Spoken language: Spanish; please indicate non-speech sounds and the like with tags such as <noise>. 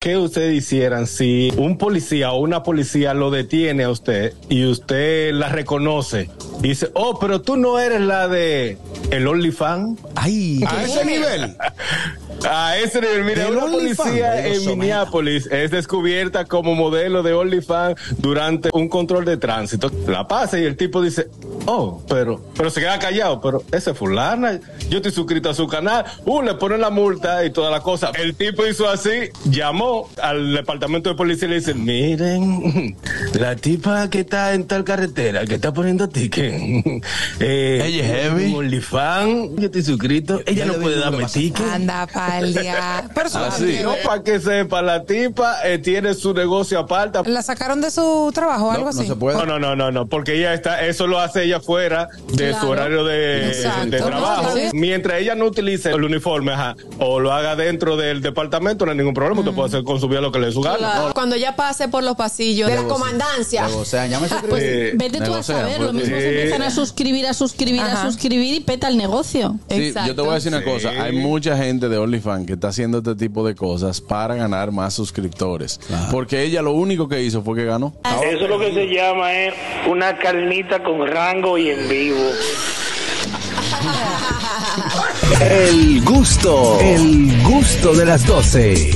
¿qué ustedes hicieran si un policía o una policía lo detiene a usted y usted la reconoce? Y dice, oh, pero tú no eres la de el OnlyFans. Ay, A ese nivel. A ese nivel, mira, ¿Del una OnlyFans? policía Dios en mío. Minneapolis es descubierta como modelo de OnlyFans durante un control de tránsito. La pasa y el tipo dice, oh, pero, pero se queda callado, pero ese fulana, yo estoy suscrito a su canal, uh, le ponen la multa y toda la cosa. El tipo hizo así, llamó al departamento de policía y le dice, miren, <laughs> la tipa que está en tal carretera, que está poniendo ticket, <laughs> eh, Ella es heavy. OnlyFans, yo estoy suscrito, ella Ya no le puede digo lo que darme pasa. ticket. Anda pa'l día. Pero eso Ah, también. sí. No, para que sepa, la tipa eh, tiene su negocio aparte. La sacaron de su trabajo o algo no así. se puede. No, no, no, no, no, porque ella está, eso lo hace ella fuera de Claro. su horario de, Exacto. de trabajo. No, sí. Mientras ella no utilice el uniforme ajá, o lo haga dentro del departamento, no hay ningún problema. Mm. Usted puede hacer consumir lo que le dé su gana. Claro. Cuando ya pase por los pasillos de la comandancia. O sea, ya me suscribí. Pues Eh, vete tú a negocian, saber, lo pues, mismo sí. se empiezan a suscribir, a suscribir, a Ajá. suscribir y peta el negocio. Sí, Exacto. yo te voy a decir una Sí. cosa. Hay mucha gente de OnlyFans que está haciendo este tipo de cosas para ganar más suscriptores. Porque ella lo único que hizo fue que ganó. Eso es lo que se llama es una carnita con rango y en vivo. El gusto, el gusto de las 12.